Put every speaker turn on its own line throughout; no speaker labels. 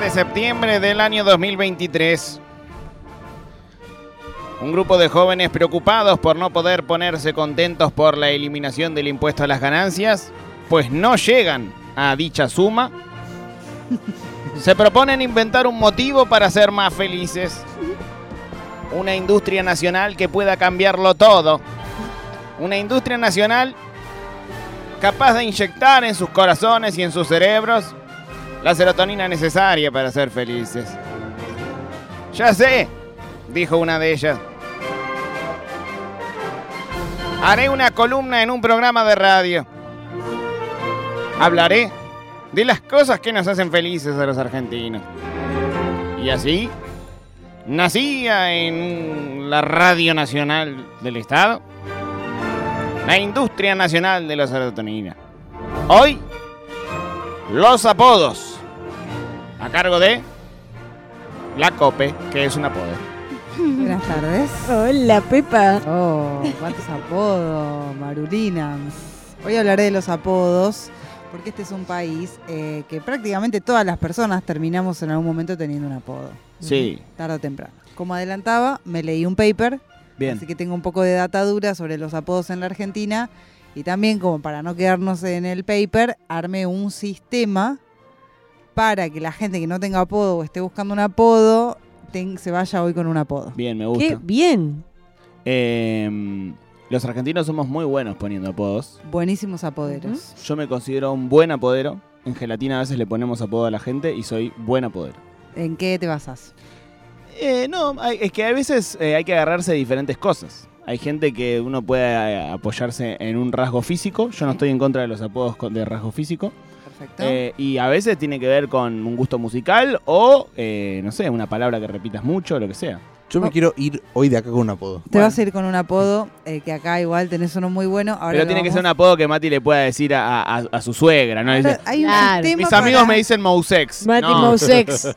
de septiembre del año 2023. Un grupo de jóvenes preocupados por no poder ponerse contentos por la eliminación del impuesto a las ganancias, pues no llegan a dicha suma, se proponen inventar un motivo para ser más felices. Una industria nacional que pueda cambiarlo todo. Una industria nacional capaz de inyectar en sus corazones y en sus cerebros la serotonina necesaria para ser felices. Ya sé, dijo una de ellas. Haré una columna en un programa de radio. Hablaré de las cosas que nos hacen felices a los argentinos. Y así, nacía en la Radio Nacional del Estado, la Industria Nacional de la Serotonina. Hoy, los apodos, a cargo de la COPE, que es un apodo.
Buenas tardes.
Hola, Pepa.
Oh, cuántos apodos, Marulina. Hoy hablaré de los apodos, porque este es un país eh, que prácticamente todas las personas terminamos en algún momento teniendo un apodo.
Sí.
Tarde o temprano. Como adelantaba, me leí un paper,
Bien.
así que tengo un poco de data dura sobre los apodos en la Argentina. Y también, como para no quedarnos en el paper, armé un sistema para que la gente que no tenga apodo o esté buscando un apodo ten- se vaya hoy con un apodo.
Bien, me
Qué
gusta.
bien.
Eh, los argentinos somos muy buenos poniendo apodos.
Buenísimos apoderos.
Yo me considero un buen apodero. En gelatina a veces le ponemos apodo a la gente y soy buen apodero.
¿En qué te basas?
Eh, no, hay- es que a veces eh, hay que agarrarse de diferentes cosas. Hay gente que uno puede eh, apoyarse en un rasgo físico. Yo no estoy en contra de los apodos con- de rasgo físico.
Perfecto.
Eh, y a veces tiene que ver con un gusto musical o, eh, no sé, una palabra que repitas mucho, lo que sea.
Yo me
Oh.
quiero ir hoy de acá con un apodo.
te vas a ir con un apodo eh, que acá igual tenés uno muy bueno. Ahora
Pero
lo
tiene que ser un
vamos-
apodo que Mati le pueda decir a, a- a su suegra. ¿no? Le dice,
Ahora Hay un
Claro.
sistema
Mis amigos
para-
me dicen Mousex.
Mati
no,
Mousex.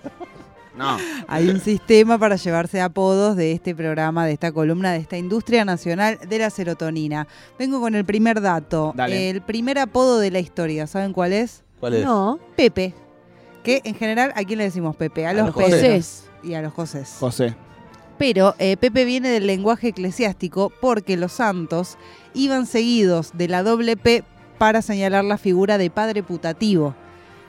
no.
Hay un sistema para llevarse apodos de este programa, de esta columna, de esta industria nacional de la serotonina. Vengo con el primer dato.
Dale.
El primer apodo de la historia. ¿Saben cuál es?
¿Cuál es?
No,
Pepe. Que en general, ¿a quién le decimos Pepe? A, los,
los
peros
Josés.
Y a los Josés.
José.
Pero eh, Pepe viene del lenguaje eclesiástico porque los santos iban seguidos de la doble P para señalar la figura de padre putativo.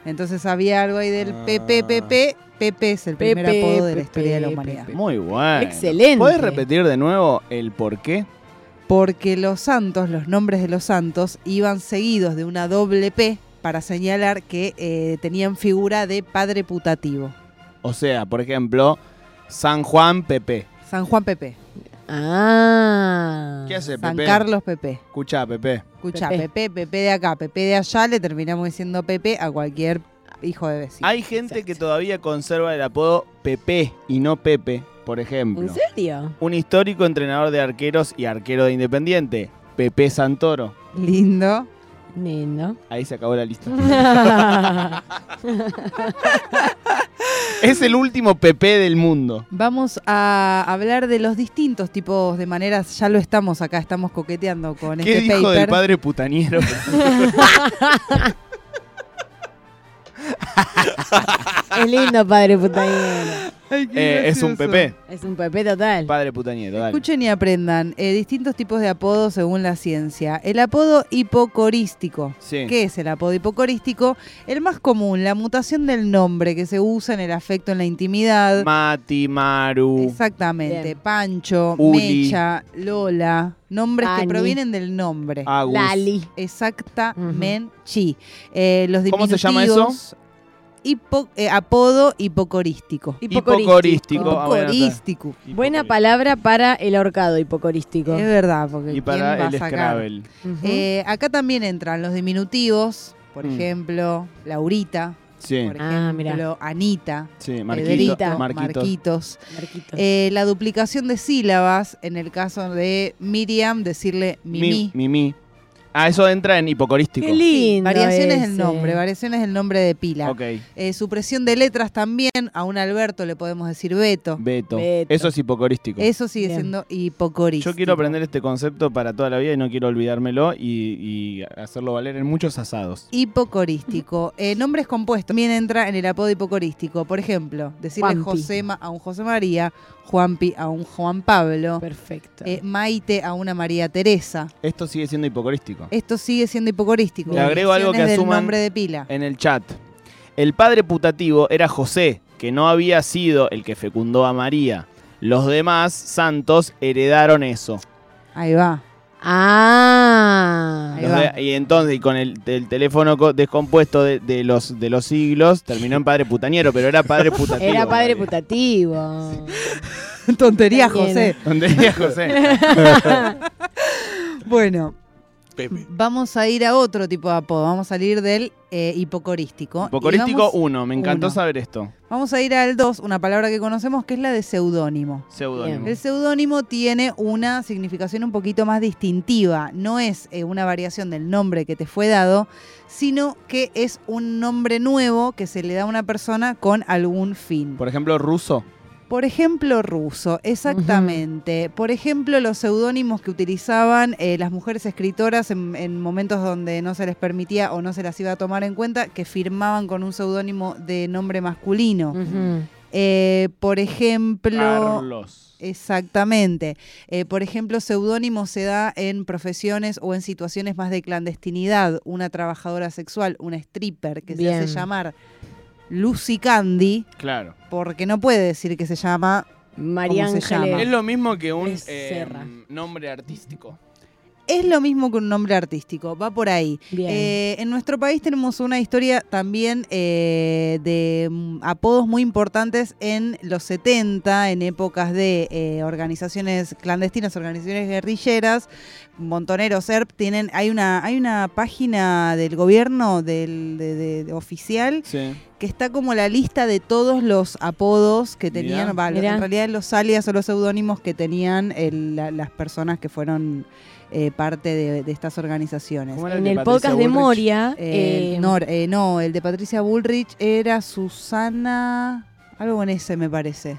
Entonces había algo ahí del
Ah.
Pepe, Pepe. Pepe es el primer
Pepe,
apodo de la
Pepe,
historia de la humanidad.
Pepe.
Muy bueno.
Excelente.
¿Puedes repetir de nuevo el por qué?
Porque los santos, los nombres de los santos, iban seguidos de una doble P para señalar que eh, tenían figura de padre putativo.
O sea, por ejemplo, San Juan Pepe.
San Juan Pepe,
Ah.
¿Qué hace
San
Pepe?
Carlos Pepe.
Escucha, Pepe.
Escucha,
Pepe.
Pepe. Pepe, de acá, Pepe de allá, le terminamos diciendo Pepe a cualquier hijo de vecino.
Hay gente que
exacto.
todavía conserva el apodo Pepe y no Pepe, por ejemplo.
¿En serio?
Un histórico entrenador de arqueros y arquero de Independiente, Pepe Santoro.
Lindo.
Lindo.
Ahí se acabó la lista. es el último Pepe del mundo.
Vamos a hablar de los distintos tipos de maneras. Ya lo estamos acá, estamos coqueteando con
¿Qué
este
dijo
paper.
del padre putaniero? Eh,
es lindo, padre putañero.
Ay, qué
Eh, es un
gracioso.
Pepe.
Es un Pepe total.
Padre putaniero, dale.
Escuchen y aprendan eh, distintos tipos de apodos según la ciencia. El apodo hipocorístico.
Sí.
¿Qué es el apodo hipocorístico? El más común, la mutación del nombre que se usa en el afecto, en la intimidad.
Mati, Maru.
Exactamente.
Bien.
Pancho,
Uli.
Mecha, Lola. Nombres
Ani.
que provienen del nombre.
Agus.
Lali.
Exactamente. Eh, los
¿Cómo se llama eso?
diminutivos, hipo- eh, apodo hipocorístico.
Hipocorístico.
Hipocorístico.
Ah, bueno,
Hipocorístico.
Buena palabra para el ahorcado hipocorístico.
Es verdad, porque
Y
¿quién
para
va a
el
sacar?
Scrabble.
Ujú.
Eh, acá también entran los diminutivos, por
Mm.
ejemplo, Laurita,
Sí,
por
Ah, mirá.
ejemplo, Anita,
sí, Marquito.
Pedrito,
Marquito.
Marquitos.
Marquitos.
Eh, la duplicación de sílabas, en el caso de Miriam, decirle
Mi-
Mimi.
Mimi. Ah, eso entra en hipocorístico.
Qué lindo.
Variaciones
ese.
del nombre, variaciones del nombre de pila.
Ok.
Eh, supresión de letras también, a un Alberto le podemos decir Beto.
Beto.
Beto.
Eso es hipocorístico.
Eso sigue
Bien.
siendo hipocorístico.
Yo quiero aprender este concepto para toda la vida y no quiero olvidármelo y, y hacerlo valer en muchos asados.
Hipocorístico. Eh, nombres compuestos. También entra en el apodo hipocorístico. Por ejemplo, decirle
Juanpi.
Josema a un José María, Juanpi a un Juan Pablo,
Perfecto.
eh, Maite a una María Teresa.
Esto sigue siendo hipocorístico.
Esto sigue siendo hipocorístico.
Le agrego algo que
Variaciones del
asuman-
nombre de pila.
En el chat. El padre putativo era José, que no había sido el que fecundó a María. Los demás santos heredaron eso.
Ahí va.
Ah.
Ahí
Los
va.
de- y entonces, y con el, el teléfono co- descompuesto de, de los, de los siglos, terminó en padre putañero, pero era padre putativo.
Era padre
María.
putativo.
Tontería,
Está bien.
José.
¿Dónde era José?
Bueno,
Pepe.
vamos a ir a otro tipo de apodo. Vamos a salir del eh, hipocorístico. Y
Hipocorístico
vamos-
1, me encantó
uno.
saber esto.
Vamos a ir al 2, una palabra que conocemos que es la de seudónimo.
Seudónimo.
El seudónimo tiene una significación un poquito más distintiva. No es eh, una variación del nombre que te fue dado, sino que es un nombre nuevo que se le da a una persona con algún fin.
Por ejemplo, ruso.
Por ejemplo, ruso, exactamente. Por ejemplo, los seudónimos que utilizaban eh, las mujeres escritoras en, en momentos donde no se les permitía o no se las iba a tomar en cuenta, que firmaban con un seudónimo de nombre masculino.
Mm. Ujú.
Eh, por ejemplo...
Carlos.
Exactamente. Eh, por ejemplo, seudónimo se da en profesiones o en situaciones más de clandestinidad. Una trabajadora sexual, una stripper que
Bien.
se hace llamar Lucy Candy,
Claro.
porque no puede decir que se llama.
María
¿Cómo se llama?
Es
Ángeles.
lo mismo que un
Es
eh,
Serra.
nombre artístico.
Es lo mismo que un nombre artístico, va por ahí.
Bien.
Eh, en nuestro país tenemos una historia también eh, de mm, apodos muy importantes en los 70, en épocas de eh, organizaciones clandestinas, organizaciones guerrilleras, Montoneros, ERP, tienen, hay una, hay una página del gobierno del, de- de- de oficial
Sí.
que está como la lista de todos los apodos que tenían,
Mirá.
va, lo-
Mirá.
en realidad los alias o los seudónimos que tenían el- la- las personas que fueron eh, parte de, de estas organizaciones.
¿Cómo era
en
de
el
Patricia
podcast de
Bullrich?
Moria.
El
eh,
Nor- eh, no, el de Patricia Bullrich era Susana. Algo en ese, me parece.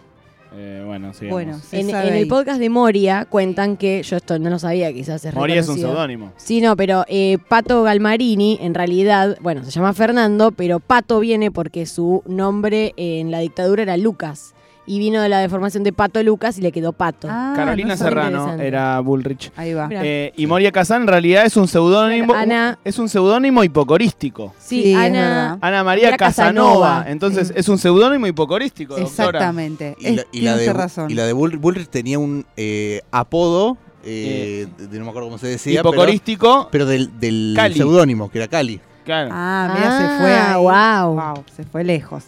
Eh, bueno, sí.
Bueno, se
en,
sabe
en el
ahí.
podcast de Moria cuentan que, yo esto no lo sabía, quizás es
Moria es un
reconocido.
seudónimo.
Sí, no, pero eh, Pato Galmarini, en realidad, bueno, se llama Fernando, pero Pato viene porque su nombre en la dictadura era Lucas. Y vino de la deformación de Pato Lucas y le quedó Pato.
Ah,
Carolina
no sabía.
Serrano
interesante.
era Bullrich.
Ahí va.
Mirá.
Eh, y Moria Kazán en realidad es un seudónimo.
Ana-
Es un seudónimo hipocorístico.
sí,
sí, es
Ana.
Ana María
María
Casanova.
Casanova.
Entonces
Sí.
es un seudónimo hipocorístico, doctora.
Exactamente.
Y la,
Es-
y la
tiene
de,
razón.
y la de Bull- Bullrich tenía un eh, apodo, eh, de- no me acuerdo cómo se decía, pero,
Hipocorístico.
pero del, del
Cali.
seudónimo, que era Cali.
Claro.
Ah, mira,
Ah,
se fue. ahí.
guau.
Guau, se fue lejos.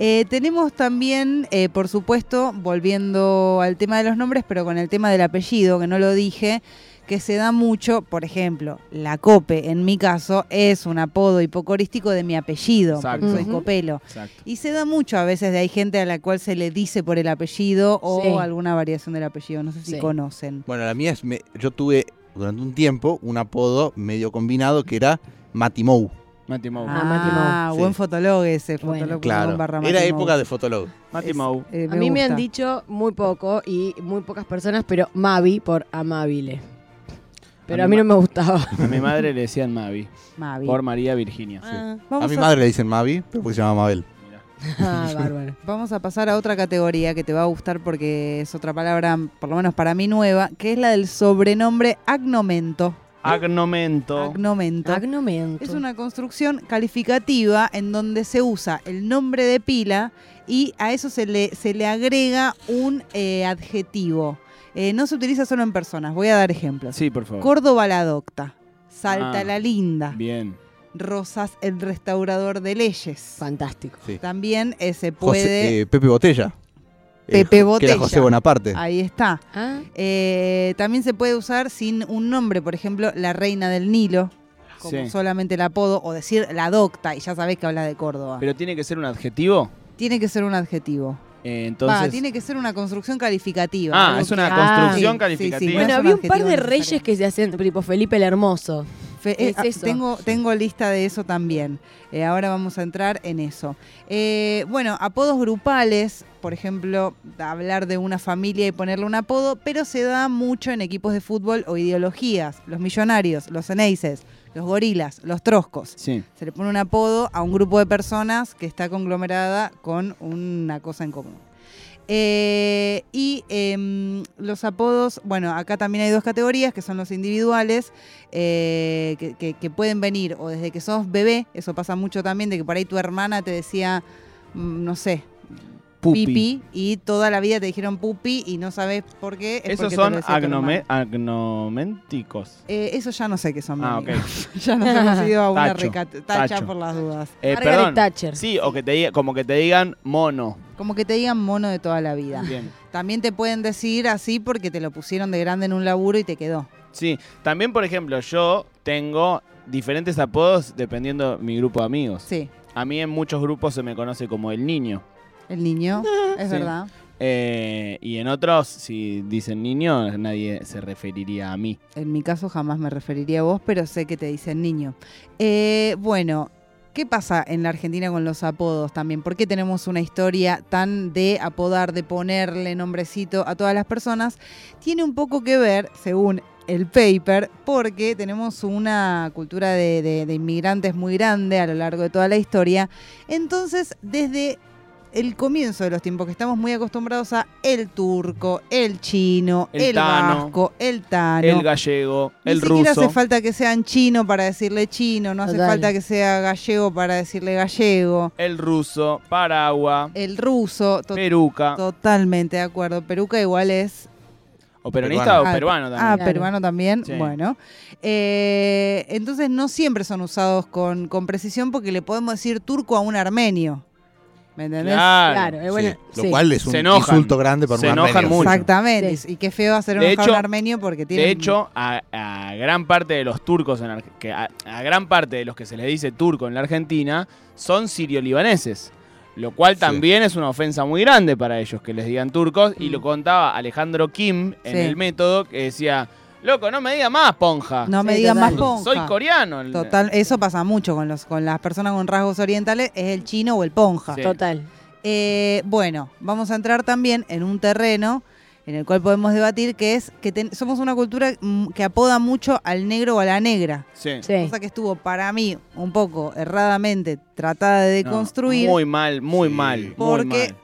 Eh, tenemos también, eh, por supuesto, volviendo al tema de los nombres, pero con el tema del apellido, que no lo dije, que se da mucho, por ejemplo, la cope, en mi caso, es un apodo hipocorístico de mi apellido,
Exacto.
porque soy
Ujú.
copelo.
Exacto.
Y se da mucho a veces de hay gente a la cual se le dice por el apellido o
Sí.
alguna variación del apellido, no sé si
Sí.
conocen.
Bueno, la mía es, me- yo tuve durante un tiempo un apodo medio combinado que era Matimou.
Mati Mou.
Ah, Mati Mou.
Ah, buen
Sí.
fotólogo ese,
Bueno.
fotólogo
Claro. Era época de Fotolog.
Mati Mou.
Eh,
A mí me han dicho muy poco y muy pocas personas, pero Mavi por amabile. Pero
A
a
mi
mí no me gustaba.
A mi madre le decían Mavi.
Mavi.
Por María Virginia.
Ah,
Vamos
a mi madre le dicen Mavi, pero porque se llama Mabel.
Mirá.
ah, bárbaro.
Vamos a pasar a otra categoría que te va a gustar porque es otra palabra, por lo menos para mí nueva, que es la del sobrenombre agnomento.
Agnomento.
Agnomento.
Agnomento.
es una construcción calificativa en donde se usa el nombre de pila y a eso se le, se le agrega un eh, adjetivo. Eh, no se utiliza solo en personas, voy a dar ejemplos.
sí, por favor.
Córdoba la docta, Salta
Ah,
la linda,
Bien.
Rosas el restaurador de leyes.
Fantástico.
Sí.
También eh, se
José-
puede...
eh, Pepe Botella. Eh,
Pepe
jo- Que
Botella.
era José Bonaparte.
Ahí está.
Ah,
Eh, también se puede usar sin un nombre, por ejemplo, la reina del Nilo, como
Sí.
solamente el apodo, o decir la docta, y ya sabés que habla de Córdoba.
Pero tiene que ser un adjetivo.
tiene que ser un adjetivo.
Eh,
Va,
entonces.
tiene que ser una construcción calificativa.
Ah,
algo
es una
que-
construcción
Sí, sí, sí,
calificativa.
no
Bueno,
es un
había un par
adjetivo
de
necesario.
reyes que se hacían, tipo Felipe el Hermoso.
Fe-
¿Qué
eh,
es
ah,
eso?
Tengo, tengo lista de eso también. Eh, ahora vamos a entrar en eso. Eh, bueno, apodos grupales, por ejemplo, hablar de una familia y ponerle un apodo, pero se da mucho en equipos de fútbol o ideologías. Los millonarios, los eneises, los gorilas, los troscos.
Sí.
Se le pone un apodo a un grupo de personas que está conglomerada con una cosa en común. Eh, y em, los apodos, bueno, acá también hay dos categorías, que son los individuales, eh, que, que- que pueden venir o desde que sos bebé, eso pasa mucho también, de que por ahí tu hermana te decía, mm, no sé,
Pupi.
pipi, y toda la vida te dijeron pupi y no sabes por qué. es
Esos
porque te lo
son
decía tu
agnome-
hermana.
agnoménticos.
Eh, eso ya no sé qué son. mi
Ah, ok.
amigo. ya nos hemos ido a una
Tacho,
recate- tacha
tacho.
por las dudas.
Eh,
Margaret
perdón.
Thatcher.
Sí, o que te diga- como que te digan mono.
Como que te digan mono de toda la vida.
Bien.
También te pueden decir así porque te lo pusieron de grande en un laburo y te quedó.
Sí. También, por ejemplo, yo tengo diferentes apodos dependiendo de mi grupo de amigos.
Sí,
A mí en muchos grupos se me conoce como el niño.
el niño, es
Sí.
verdad.
Eh, y en otros, si dicen niño, nadie se referiría a mí.
En mi caso jamás me referiría a vos, pero sé que te dicen niño. Eh, bueno, ¿qué pasa en la Argentina con los apodos también? ¿Por qué tenemos una historia tan de apodar, de ponerle nombrecito a todas las personas? Tiene un poco que ver, según el paper, porque tenemos una cultura de, de- de inmigrantes muy grande a lo largo de toda la historia. Entonces, desde... El comienzo de los tiempos que estamos muy acostumbrados a el turco, el chino, el,
El tano.
vasco, el tano,
El gallego, el
Ah, ni siquiera
ruso.
hace falta que sean chino para decirle chino, no hace
Total.
falta que sea gallego para decirle gallego,
El ruso, Paragua,
el ruso, to-
Peruca.
totalmente de acuerdo. Peruca igual es.
O peronista
Peruano.
o peruano
Ah,
también.
Claro.
peruano también.
Sí.
Bueno. Eh, entonces no siempre son usados con, con precisión porque le podemos decir turco a un armenio. ¿Me entendés?
Claro.
Claro, eh, bueno,
Sí,
sí.
Lo cual es
Se
un
enojan.
insulto grande para
Se
un
enojan
armenio.
mucho.
Exactamente. Y qué feo hacer un
De
enojar a
hecho-
un armenio porque tiene.
De hecho, a, a gran parte de los turcos, en Arge- que a, a gran parte de los que se les dice turco en la Argentina, son sirio-libaneses. Lo cual
Sí.
también es una ofensa muy grande para ellos que les digan turcos. Y
Mm.
lo contaba Alejandro Kim en
Sí.
el método, que decía, loco, no me diga más, ponja.
No me
Sí,
digan más
total.
ponja.
Soy coreano.
Total, eso pasa mucho con los con las personas con rasgos orientales, es el chino o el ponja.
Sí.
Total.
Eh, bueno, vamos a entrar también en un terreno en el cual podemos debatir que es que ten- somos una cultura mm, que apoda mucho al negro o a la negra.
Sí.
Sí.
Cosa que estuvo para mí un poco erradamente tratada de
No,
construir.
Muy mal, muy
Sí.
mal. muy
Porque-
mal.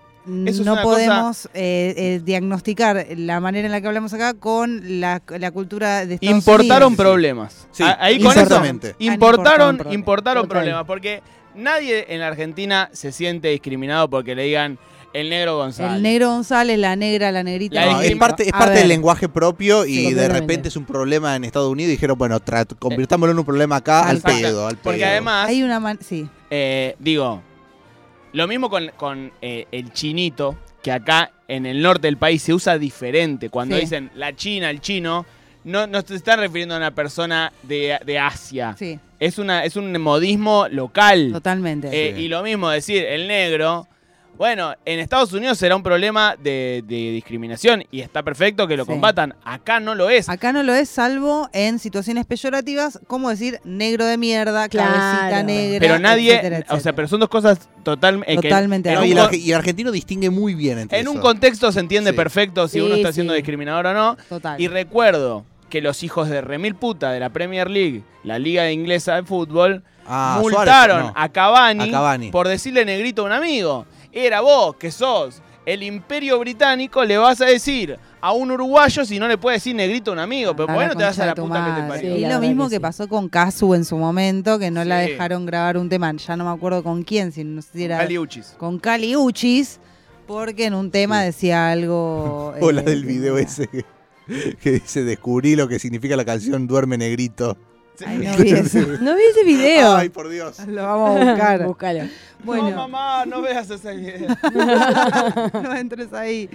Eso es
No
una
podemos eh, eh, diagnosticar la manera en la que hablamos acá con la, la cultura de Estados
Importaron
Unidos.
problemas.
Sí,
A- Ahí con eso.
exactamente.
Han
Importaron,
problemas.
importaron
Total.
problemas. Porque nadie en la Argentina se siente discriminado porque le digan el negro González.
El negro González, la negra, la negrita.
La
el
No,
discrim-
es
negrito.
parte, es
A
parte
ver,
del lenguaje propio y
Sí,
de
completamente.
repente es un problema en Estados Unidos y dijeron, bueno, tra- convirtámoslo en un problema acá al
Exacto.
pedo, al
Porque
pedo.
además,
Hay una man- sí.
eh, digo, lo mismo con, con, eh, el chinito, que acá en el norte del país se usa diferente. Cuando
Sí.
dicen la China, el chino, no, no se están refiriendo a una persona de, de Asia.
Sí,
Es, una, es un modismo local.
totalmente.
Eh,
Sí.
Y lo mismo decir el negro. Bueno, en Estados Unidos será un problema de, de discriminación y está perfecto que lo
Sí.
combatan. Acá no lo es.
Acá no lo es, salvo en situaciones peyorativas, como decir negro de mierda,
Claro.
cabecita negra.
pero nadie,
etcétera,
o sea,
etcétera.
pero son dos cosas total, eh, que
Totalmente
en,
No,
de
un,
y, el,
acuerdo.
con-
arge- y el argentino distingue muy bien entre
en un
eso.
contexto se entiende
Sí.
perfecto si
Sí,
uno está
sí.
siendo discriminador o no.
Total.
Y recuerdo que los hijos de Remil Puta de la Premier League, la liga inglesa de fútbol,
Ah, Suárez,
multaron
no.
a, Cavani
A Cavani.
por decirle negrito a un amigo. Era vos, que sos el imperio británico, le vas a decir a un uruguayo si no le puedes decir negrito a un amigo. Pero
A
¿por qué
la
no te vas a
concha
la
de tu
puta que te
madre.
parió?
Sí,
Y
la
lo
verdad
mismo
que
que
sí.
pasó con Casu en su momento, que no la
Sí.
dejaron grabar un tema, ya no me acuerdo con quién, si no sé si era
Caliuchis.
con Cali Uchis, porque en un tema decía algo...
O la
eh,
del video
de-
ese que que dice, descubrí lo que significa la canción Duerme Negrito.
Ay, no vi eso.
No vi ese video.
Ay, por Dios.
Lo vamos a buscar.
Búscalo.
Bueno.
No, mamá, no veas esa idea.
no entres ahí.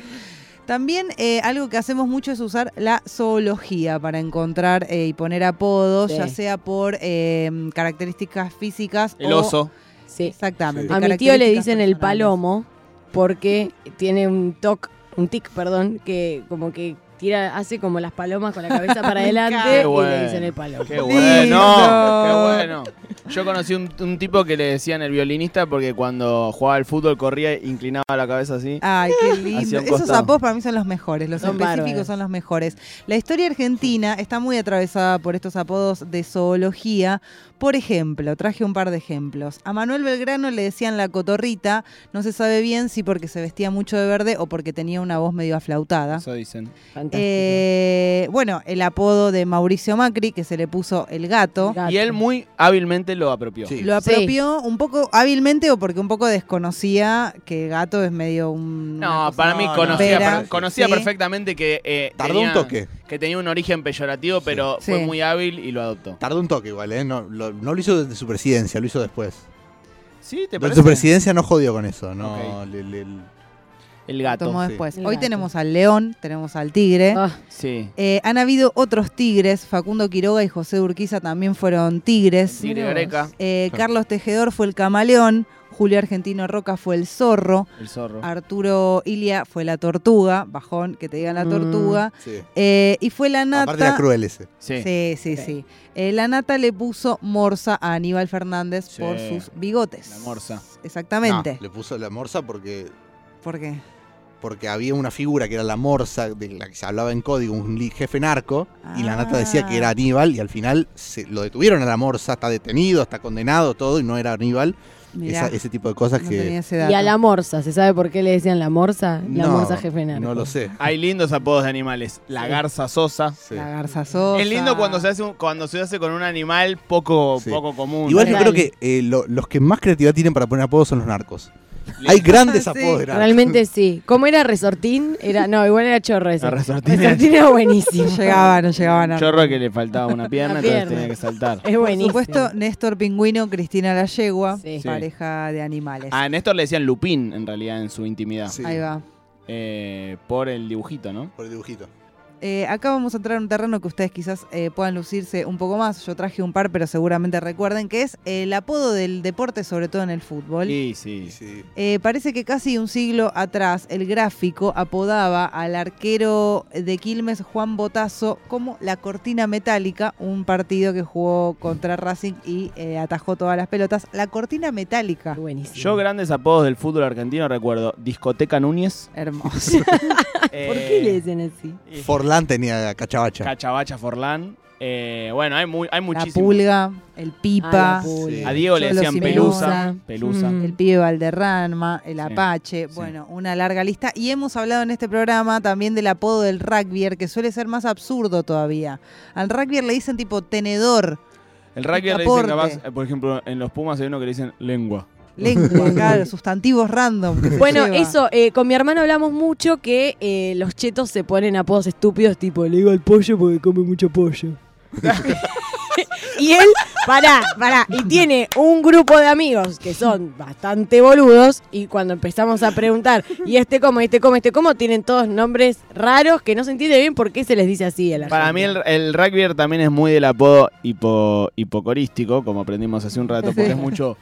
También eh, algo que hacemos mucho es usar la zoología para encontrar eh, y poner apodos,
Sí.
ya sea por eh, características físicas
El
o-
oso.
Sí.
Exactamente.
A mi tío le
características
dicen el
personales.
palomo porque tiene un toc, un tic, perdón, que como que Tira, hace como las palomas con la cabeza para adelante
Qué
y
bueno.
le dicen el palo.
Oh, Qué
Lindo.
bueno, qué bueno. Yo conocí un, un tipo que le decían el violinista porque cuando jugaba al fútbol corría e inclinaba la cabeza así.
Ay, qué
Hacia
lindo.
un
Esos
costado.
sapos para mí son los mejores, los
Son
específicos
bárbaros.
son los mejores. La historia argentina está muy atravesada por estos apodos de zoología. Por ejemplo, traje un par de ejemplos. A Manuel Belgrano le decían la cotorrita, no se sabe bien si porque se vestía mucho de verde o porque tenía una voz medio aflautada.
Eso dicen.
Fantástico.
Eh, bueno, el apodo de Mauricio Macri, que se le puso el gato.
El gato.
Y él muy hábilmente lo apropió.
Sí.
Lo apropió un poco hábilmente o porque un poco desconocía que gato es medio un. una
No,
cosa-
para mí
No, no.
conocía,
Vera,
per- conocía
sí.
perfectamente que eh,
Tardó
tenía-
un toque.
que tenía un origen peyorativo, pero
Sí.
fue
Sí.
muy hábil y lo adoptó.
Tardó un toque igual, ¿eh? No lo, no lo hizo desde su presidencia, lo hizo después.
Sí, te
Desde
parece.
su presidencia no jodió con eso, no.
Ok.
le- le- le-
El
Lo
gato.
tomó
sí.
después.
El
Hoy
gato.
tenemos al león, tenemos al tigre.
Ah,
Sí.
Eh, han habido otros tigres. Facundo Quiroga y José Urquiza también fueron tigres.
Tigre
Mirá vos.
Greca,
Eh, Carlos Tejedor fue el camaleón. Julio Argentino Roca fue el zorro.
el zorro.
Ah, Arturo Ilia fue la tortuga. Bajón, que te digan la
Mm.
tortuga.
sí.
Eh, y fue la nata.
Aparte era cruel ese.
Sí.
Sí, sí,
Ok.
sí. Eh, la nata le puso morsa a Aníbal Fernández
Sí.
por sus bigotes.
La morsa.
Exactamente.
No, le puso la morsa porque,
¿Por qué?
porque había una figura que era la morsa de la que se hablaba en código, un li- jefe narco, y la nata decía que era
Ah.
Aníbal y al final se, lo detuvieron a la morsa, está detenido, está condenado, todo, y no era Aníbal.
Mirá,
Esa- ese tipo de cosas
no tenía
que...
ese dato.
Y a la morsa, ¿se sabe por qué le decían la morsa? La
No,
morsa jefe narco.
No lo sé.
Hay lindos apodos de animales. La
Sí.
garza sosa.
Ah,
Sí.
La garza sosa.
Es lindo cuando se hace un- cuando se hace con un animal poco,
Sí.
poco común.
Igual yo
Total.
creo que eh, lo- los que más creatividad tienen para poner apodos son los narcos.
Le-
Hay grandes
Sí.
apodos de narcos.
Realmente sí. ¿Cómo era resortín? Era, no, igual era chorro ese.
La resortina.
Resortín era buenísimo.
No llegaba, no llegaba
Un
nada.
chorro que le faltaba una pierna,
Una
entonces
pierna.
tenía que saltar.
Es
Por
buenísimo.
supuesto, Néstor Pingüino, Cristina La Yegua,
Sí.
Sí.
pareja de animales.
A Ah, Néstor le decían Lupín, en realidad, en su intimidad.
Sí,
Ahí va.
Eh, por el dibujito, ¿no?
Por el dibujito.
Eh, acá vamos a entrar en un terreno que ustedes quizás eh, puedan lucirse un poco más. Yo traje un par, pero seguramente recuerden, que es eh, el apodo del deporte, sobre todo en el fútbol.
Sí, sí.
Sí.
Eh, parece que casi un siglo atrás el gráfico apodaba al arquero de Quilmes Juan Botazo como la cortina metálica, un partido que jugó contra Racing y eh, atajó todas las pelotas. La cortina metálica.
Buenísimo.
Yo grandes apodos del fútbol argentino recuerdo Discoteca Núñez.
Hermoso.
¿Por qué le dicen así?
eh,
Forlán tenía cachabacha.
Cachabacha Forlán. Eh, bueno, hay, mu hay
la
muchísimos.
pulga, el
Ah, la
pipa,
pulga.
Sí.
A Diego le
Cholo
decían
Simeosa.
Pelusa. Pelusa.
Mm.
el pibe Valderrama, el
Sí,
apache.
sí.
Bueno, una larga lista. Y hemos hablado en este programa también del apodo del rugbyer, que suele ser más absurdo todavía. Al rugbyer le dicen tipo tenedor.
El rugby le dicen
Picaporte.
capaz, eh, por ejemplo, en los Pumas hay uno que le dicen lengua.
Lengua, claro, sustantivos random. que se
Bueno,
lleva.
eso, eh, con mi hermano hablamos mucho que eh, los chetos se ponen apodos estúpidos, tipo, le digo al pollo porque come mucho pollo. y él, pará, pará, y tiene un grupo de amigos que son bastante boludos, y cuando empezamos a preguntar, y este como, este como, este como, tienen todos nombres raros que no se entiende bien por qué se les dice así a la
Para
gente.
mí el, el rugby también es muy del apodo hipo- hipocorístico, como aprendimos hace un rato, porque
Sí.
es mucho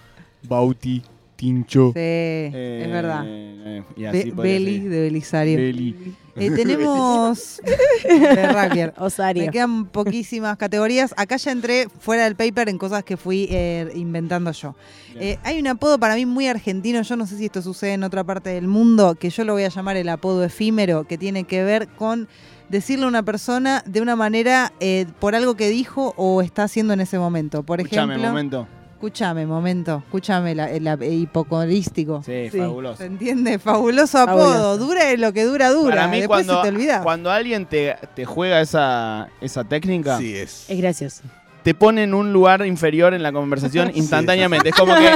Bauti, Tincho.
Sí,
eh,
es verdad.
eh, y
Be-
así podría
Beli
seguir.
de Belisario.
Beli.
Eh, tenemos de Rapier.
Osario.
Me quedan poquísimas categorías. Acá ya entré fuera del paper en cosas que fui eh, inventando yo. Eh, hay un apodo para mí muy argentino, yo no sé si esto sucede en otra parte del mundo, que yo lo voy a llamar el apodo efímero, que tiene que ver con decirle a una persona de una manera eh, por algo que dijo o está haciendo en ese momento. Por
Escuchame,
ejemplo,
momento.
escúchame, momento, escúchame, la, el, ap- eh, hipocorístico.
Sí,
Sí.
fabuloso.
¿Se entiende? Fabuloso apodo.
Fabuloso.
Dura es lo que dura, dura.
Para mí
Después
cuando,
se te olvida.
cuando alguien te, te juega esa, esa técnica,
Sí, es.
Es gracioso.
te pone en un lugar inferior en la conversación instantáneamente. Es como que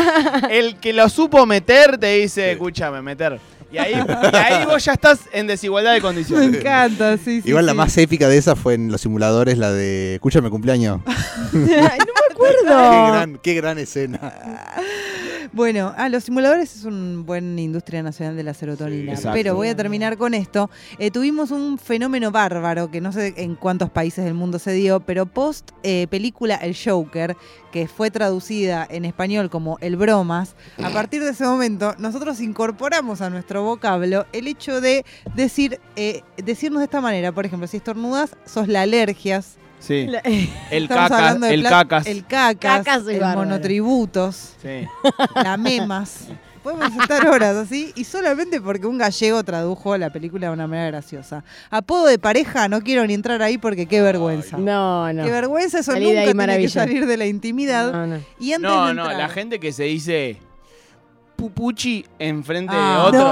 el que lo supo meter te dice,
Sí.
escúchame, meter. Y ahí, y ahí vos ya estás en desigualdad de
Me
condiciones.
encanta, sí, sí.
Igual la
sí.
más épica de esa fue en los simuladores, la de Escúchame cumpleaños.
Ay, no me
Qué,
acuerdo.
gran, qué gran escena.
Bueno, ah, los simuladores es una buena industria nacional de la serotonina.
exacto.
pero voy a terminar con esto. Eh, tuvimos un fenómeno bárbaro que no sé en cuántos países del mundo se dio, pero post eh, película El Joker, que fue traducida en español como El Bromas, a partir de ese momento nosotros incorporamos a nuestro vocablo el hecho de decir, eh, decirnos de esta manera. Por ejemplo, si estornudas, sos la alergias.
Sí. El
Estamos
cacas,
hablando de
el
pla-
cacas.
El cacas,
Cacas y
el
bárbaro.
monotributos
Sí.
la memas. Podemos estar horas así y solamente porque un gallego tradujo la película de una manera graciosa. Apodo de pareja, no quiero ni entrar ahí porque qué vergüenza.
No, no.
Qué vergüenza, eso
Salí de ahí,
nunca tiene que
maravilla.
salir de la intimidad.
No, no.
Y antes
No,
de
no,
entrar-
la gente que se dice pupuchi enfrente
Ah,
de otros.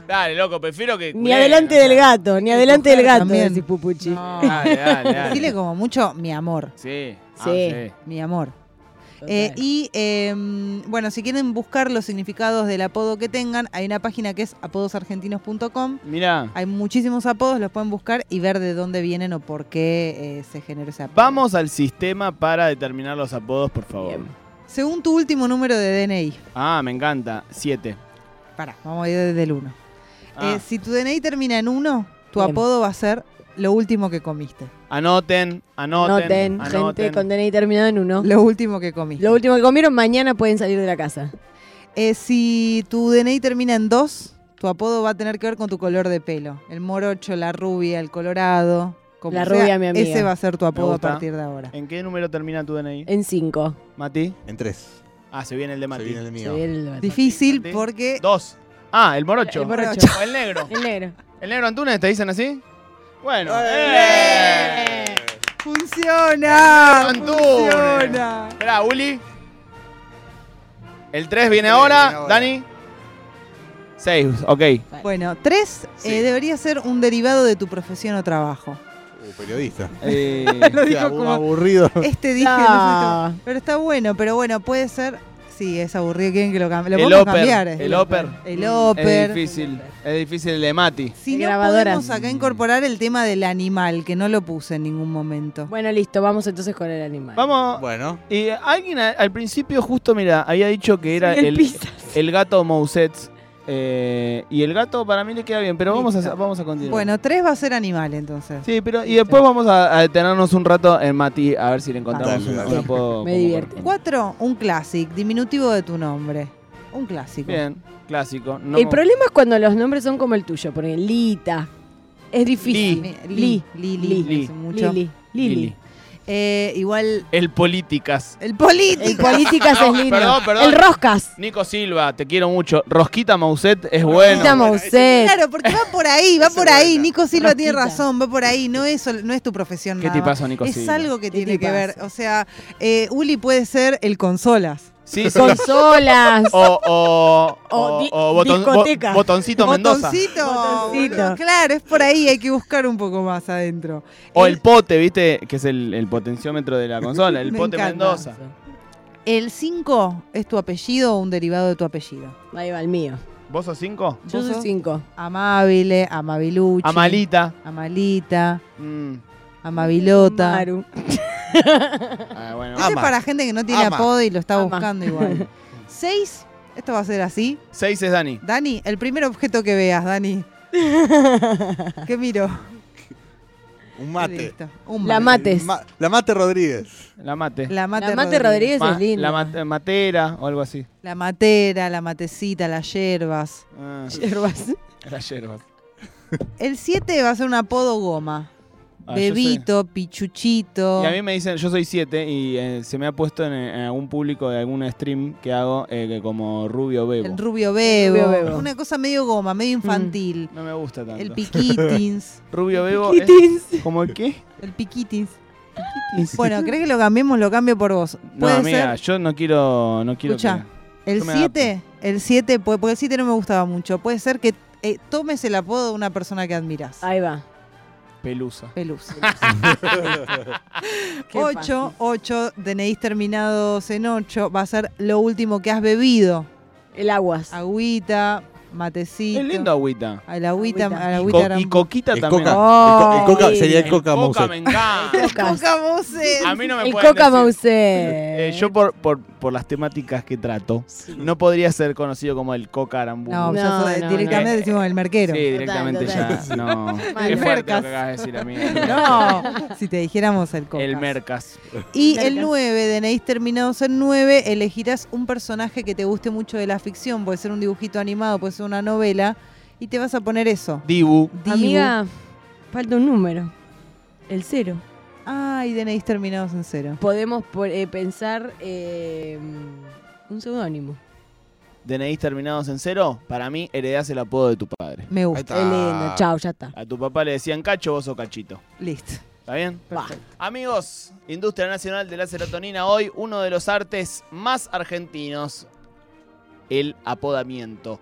no.
Dale, loco, prefiero que.
Ni
culen,
adelante
o sea.
del gato, ni adelante del
mujer
gato,
también.
decís Pupuchi.
No.
Ah,
Dale, dale, dale.
Decirle como mucho mi amor,
Sí. ah,
Sí.
sí.
mi amor. Eh, y eh, bueno, si quieren buscar los significados del apodo que tengan, hay una página que es apodosargentinos.com
Mirá.
Hay muchísimos apodos, los pueden buscar y ver de dónde vienen o por qué eh, se generó ese apodo.
Vamos al sistema para determinar los apodos, por favor.
Bien.
Según tu último número de DNI.
Ah, me encanta. Siete.
Pará, vamos a ir desde el 1.
Ah,
si tu DNI termina en 1, tu
Bien.
apodo va a ser lo último que comiste.
Anoten, anoten,
Noten,
anoten.
gente con DNI terminado en uno.
Lo último que comiste.
Lo último que comieron, mañana pueden salir de la casa.
Eh, si tu DNI termina en 2, tu apodo va a tener que ver con tu color de pelo. El morocho, la rubia, el colorado. como
La rubia, mi amiga. Eh,
Ese va a ser tu apodo a
gusta.
partir de ahora.
¿En qué número termina tu DNI?
En cinco.
¿Mati?
En tres.
Ah, se viene el de
Se
Mati.
viene el mío.
Sí, el-
Difícil
Mati.
porque
Dos. Ah, el morocho.
El morocho.
O el negro.
el negro.
¿El negro Antunes te dicen así? Bueno.
¡Eh!
¡Eh!
funciona.
El negro Antunes.
Funciona.
Esperá, Uli. El 3 viene
El tres
ahora.
viene ahora.
Dani. 6, ok.
Bueno, tres
Sí.
eh, debería ser un derivado de tu profesión o trabajo.
Uh, periodista.
Eh,
Lo
Qué
dijo
abu-
como
aburrido.
este dije, no sé,
Ah.
está- pero está bueno, pero bueno, puede ser. Sí, es aburrido, quieren que lo cambie. Lo
El
podemos
upper,
cambiar.
el upper.
El
es
upper.
difícil. Es difícil el de Mati.
Si
El
no
grabadora.
podemos acá incorporar el tema del animal, que no lo puse en ningún momento.
Bueno, listo, vamos entonces con el animal.
Vamos.
Bueno,
Y alguien a- al principio, justo, mira, había dicho que era
el
el,
Pisas.
el gato Mousets. eh, y el gato para mí le queda bien, pero vamos a,
Listo.
vamos a continuar.
Bueno, tres va a ser animal entonces.
Sí, pero y después vamos a, a detenernos un rato en Mati a ver si le encontramos
Dale,
un,
dale.
un apodo.
Me
como
divierte.
corresponde.
Cuatro, un clásico, diminutivo de tu nombre. Un clásico.
Bien, clásico. No
el
me-
problema es cuando los nombres son como el tuyo, porque Lita. Es difícil.
Li,
Li.
Li,
Li.
me hace mucho.
Lili. Lili.
Lili.
Eh, igual
El Políticas.
el político.
El políticas
No,
es lindo.
perdón, perdón.
El roscas.
Nico Silva, te quiero mucho. Rosquita Mousset es bueno.
Rosquita Mousset.
Claro, porque va por ahí, va
Esa
por
es
ahí.
buena.
Nico Silva
Rosquita.
tiene razón, va por ahí. No es, sol- no es tu profesión.
¿Qué
nada
te
más.
pasa, Nico
Es
Silva?
algo que
¿Qué
tiene que
tipazo?
ver. O sea, eh, Uli puede ser el consolas.
Sí, sí.
Consolas.
O, o,
O
o-
di-
o boton- bo-
discoteca.
Botoncito Mendoza.
Botoncito.
Botoncito.
boludo. Claro, es por ahí. Hay que buscar un poco más adentro.
O el pote, ¿viste? Que es el, el potenciómetro de la consola. El
Me
pote
encanta.
Mendoza.
El 5 es tu apellido o un derivado de tu apellido.
Ahí va el mío.
¿Vos sos cinco?
Yo
¿Vos
soy
sos?
cinco.
Amabile, Amabiluchi.
Amalita.
Amalita,
Mm. Tota.
Amabilota.
Maru.
Ah, bueno.
Este
Ama.
es para gente que no tiene
Ama.
apodo y lo está
Ama.
buscando igual. Seis, esto va a ser así.
Seis es Dani.
Dani, el primer objeto que veas, Dani. ¿Qué miro?
un mate.
Listo, un
La
mate.
Mates.
Ma- la mate Rodríguez.
La mate.
La mate,
La Mate Rodríguez
Ma-
es linda.
la mate- matera o algo así.
La matera, la matecita, las yerbas.
Ah,
Yerbas.
la yerba.
El 7 va a ser un apodo goma.
Ah, yo
Bebito, pichuchito.
Y a mí me dicen, yo soy 7 y eh, se me ha puesto en, en algún público de algún stream que hago eh, que como rubio bebo.
El rubio bebo.
El rubio bebo. Mm.
Una cosa medio goma, medio infantil.
No me gusta tanto.
El piquitins.
rubio bebo es
Kitins.
como qué?
El piquitins. Bueno, ¿crees que lo cambiemos? Lo cambio por vos.
No,
Puede ser.
amiga, yo no quiero no quiero
Escuchá. El
Yo me adapto.
7, el 7, porque porque el 7 no me gustaba mucho. Puede ser que eh, tomes el apodo de una persona que admiras.
Ahí va.
que pelusa.
Pelusa.
Qué
8, 8, DNIs terminados en 8, va a ser lo último que has bebido.
El aguas.
Agüita, matecito.
Es lindo agüita.
A la agüita,
Agüita.
a la
Y,
agüita
co- y coquita
El
también.
coca.
Oh,
el co- el coca
sí.
sería el
El
coca, Moussa.
me encanta.
Cocas.
Coca Mousse.
A mí no me
el
pueden
coca
decir.
mouse.
Eh, yo por, por, por las temáticas que trato, no podría ser conocido como el cocarambú.
No, ya
No,
so-
no,
directamente
no.
decimos el merquero.
Sí, directamente
Total,
ya. No.
Mal.
Qué fuerte lo
Mercas.
que acabas de decir, amigo.
No, si te dijéramos el coca.
El Mercas.
Y
Mercas.
el 9, DNIs terminados en 9, elegirás un personaje que te guste mucho de la ficción. Puede ser un dibujito animado, puede ser una novela. Y te vas a poner eso.
Dibu.
Dibu.
Amiga, falta un número. El cero.
Ay, DNIs terminados en cero.
Podemos por- eh, pensar eh, un seudónimo.
DNIs terminados en cero. Para mí, heredás el apodo de tu padre.
Me
Ahí
gusta.
está.
Elena, chao, ya está.
A tu papá le decían cacho, vos sos cachito.
Listo.
¿Está bien?
Perfecto.
Amigos, Industria Nacional de la Serotonina, hoy uno de los artes más argentinos, el apodamiento.